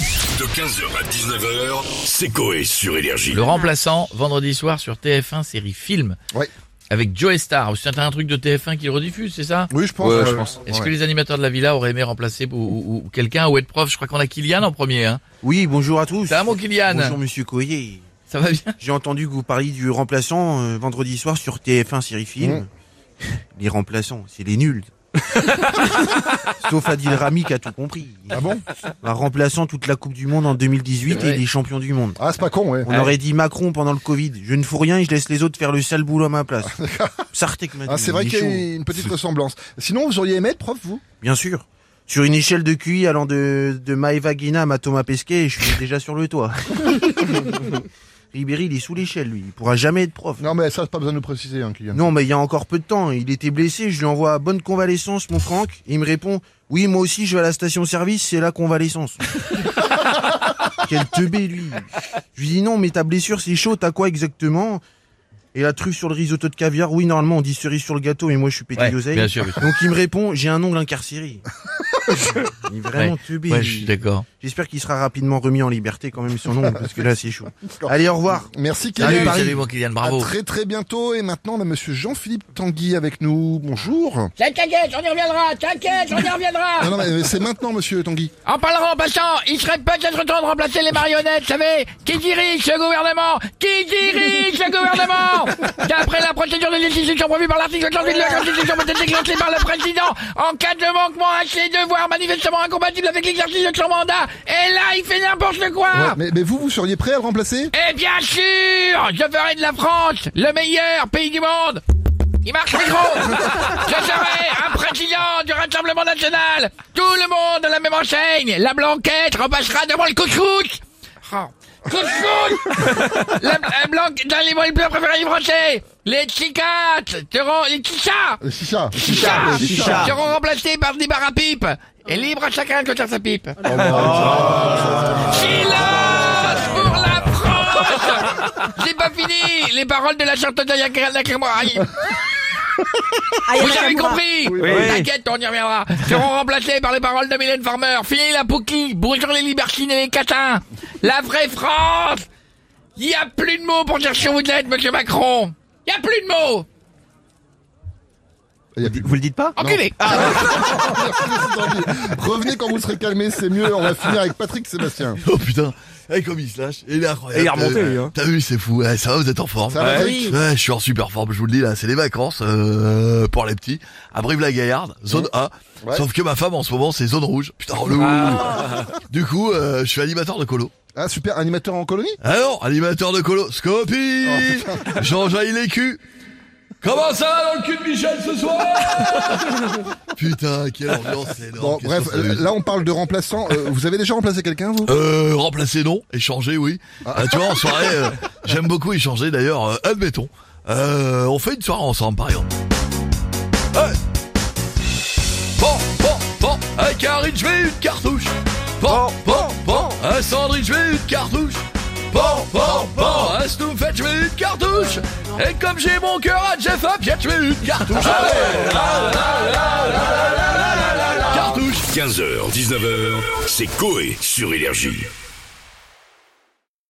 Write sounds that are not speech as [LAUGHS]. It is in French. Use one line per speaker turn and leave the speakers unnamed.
De 15h à 19h, c'est Coé sur Énergie.
Le remplaçant, vendredi soir sur TF1, série film.
Ouais.
Avec Joe Star. C'est un truc de TF1 qu'il rediffuse, c'est ça
Oui, je pense.
Ouais,
ouais,
je
ouais.
pense.
Est-ce
Ouais.
que les animateurs de la villa auraient aimé remplacer ou, ou- ou quelqu'un ou être prof Je crois qu'on a Kylian en premier. Hein.
Oui, bonjour à tous.
C'est un mot, Kylian.
Bonjour Monsieur
[LAUGHS]
Coyer.
Ça va bien
J'ai entendu que vous parliez du remplaçant euh, vendredi soir sur TF1 Série
Mm.
Film. [LAUGHS] Les remplaçants, c'est
[LAUGHS]
les nuls. Sauf Adil Rami qui a tout compris.
Ah bon
Un remplaçant toute la Coupe du Monde en 2018
C'est vrai.
et les champions du monde.
Ah, c'est pas con, ouais.
On aurait dit Macron pendant le Covid. Je ne fous rien et je laisse les autres faire le sale boulot à ma place. Sartek m'a dit.
Ah, c'est vrai
il est
qu'il y
chaud.
a une petite ressemblance. Sinon, vous auriez aimé être prof, vous
Bien sûr. Sur une échelle de QI allant de, de Maeva Guinam à Thomas Pesquet, je suis déjà sur le toit. [LAUGHS] Ribéry, il est sous l'échelle, lui. Il pourra jamais être prof.
Non, mais ça, pas besoin de nous préciser, hein, Kylian.
Non, mais il y a encore peu de temps. Il était blessé, je lui envoie bonne convalescence, mon Franck. Et il me répond, oui, moi aussi, je vais à la station-service, c'est
[LAUGHS]
la convalescence. Quel teubé, lui. Je lui dis, non, mais ta blessure, c'est chaud, t'as quoi exactement? Et la truffe sur le risotto de caviar, oui, normalement, on dit cerise sur le gâteau, mais moi, je suis pété
Ouais,
d'oseille.
Bien sûr. bien sûr.
Donc il me répond, j'ai un
[LAUGHS]
ongle incarcéré. il est vraiment teubé.
Ouais, je suis d'accord.
J'espère qu'il sera rapidement remis en liberté quand même son ongle, parce que là
[LAUGHS]
c'est chaud. Allez, au revoir.
Merci, Kylian.
Salut,
Paris.
salut, mon Kylian,
À
bravo.
très très bientôt. Et maintenant, on a monsieur Jean-Philippe Tanguy avec nous. Bonjour.
T'inquiète, on y reviendra, t'inquiète, on y reviendra
Non, non, mais c'est maintenant, monsieur Tanguy.
En parlant en passant, il serait peut-être temps de remplacer les marionnettes, vous savez Qui dirige ce gouvernement Qui dirige ce gouvernement D'après la procédure de décision prévue par l'article 38 de la Constitution peut être déclenchée par le président en cas de manquement à ses devoirs manifestement incompatible avec l'exercice de son mandat. Et là, il fait n'importe quoi
Ah.
Ouais, mais, mais vous, vous seriez prêt à le remplacer
Et Eh bien sûr, je ferai de la France le meilleur pays du monde. Il marche le micro. Je serai un président du Rassemblement national. Tout le monde à la même enseigne. La blanquette repassera devant le couscous. Oh. Couscous La, la blanquette dans les mots les plus préférés du français. Les chicates seront... Les chichas
Euh, Chicha.
Chichas
Chicha.
seront remplacés par des barres à pipe. Et libre à chacun de faire sa pipe.
Oh, bah,
Silence pour la France J'ai pas fini Les paroles de la chanteuse de Nakamura. Vous avez compris T'inquiète, on y reviendra. Seront remplacées par les paroles de Mylène Farmer. Fini la pouquille, bonjour les libertines et les catins. La vraie France Il y a plus de mots pour dire ce que vous êtes, monsieur Macron. Il y a plus de mots
il y a
Vous
plus-
vous le dites pas
Enculé
Merci, monsieur Tanguy. Revenez quand vous serez calmé, c'est mieux. On va finir avec Patrick Sébastien.
[LAUGHS] Oh putain, Eh, comme il se lâche, il est incroyable.
Et il est remonté,
Euh,
lui, hein.
T'as vu, c'est fou. Eh, ça va, vous êtes en forme.
Ça va, Patrick
Ouais, je suis en super forme, je vous le dis là, c'est les vacances euh, pour les petits. À Brive-la-Gaillarde,
Mmh.
zone A.
Ouais.
Sauf que ma femme en ce moment c'est zone rouge. Putain, oh, le
Ah.
Du coup, euh, je suis animateur de colo.
Ah, super, animateur en colonie
Ah non, animateur de colo, Scopy
Oh,
Jean-Jail les culs Comment ça va dans le cul de Michel ce soir Putain, quelle ambiance c'est énorme.
Bon,
Qu'est-ce
bref,
qu'on s'amuse.
euh, là, on parle de remplaçant. Euh, vous avez déjà remplacé quelqu'un, vous
Euh, remplacer non, échanger oui. Euh, tu vois en soirée, euh, [LAUGHS] j'aime beaucoup échanger d'ailleurs. euh, admettons, euh, on fait une soirée ensemble par exemple. Hey. Bon, bon, bon, un Karine je vais une cartouche. Bon, bon, bon, un Sandrine je vais une cartouche. Bon, bon, bon, un Snoopet je vais une cartouche. Et comme j'ai mon cœur à Jeff Up, je vais une cartouche. Allez, la, la, la, la, la, la, la, la, la, la, Cartouche.
15h, 19h, c'est Coé sur Énergie.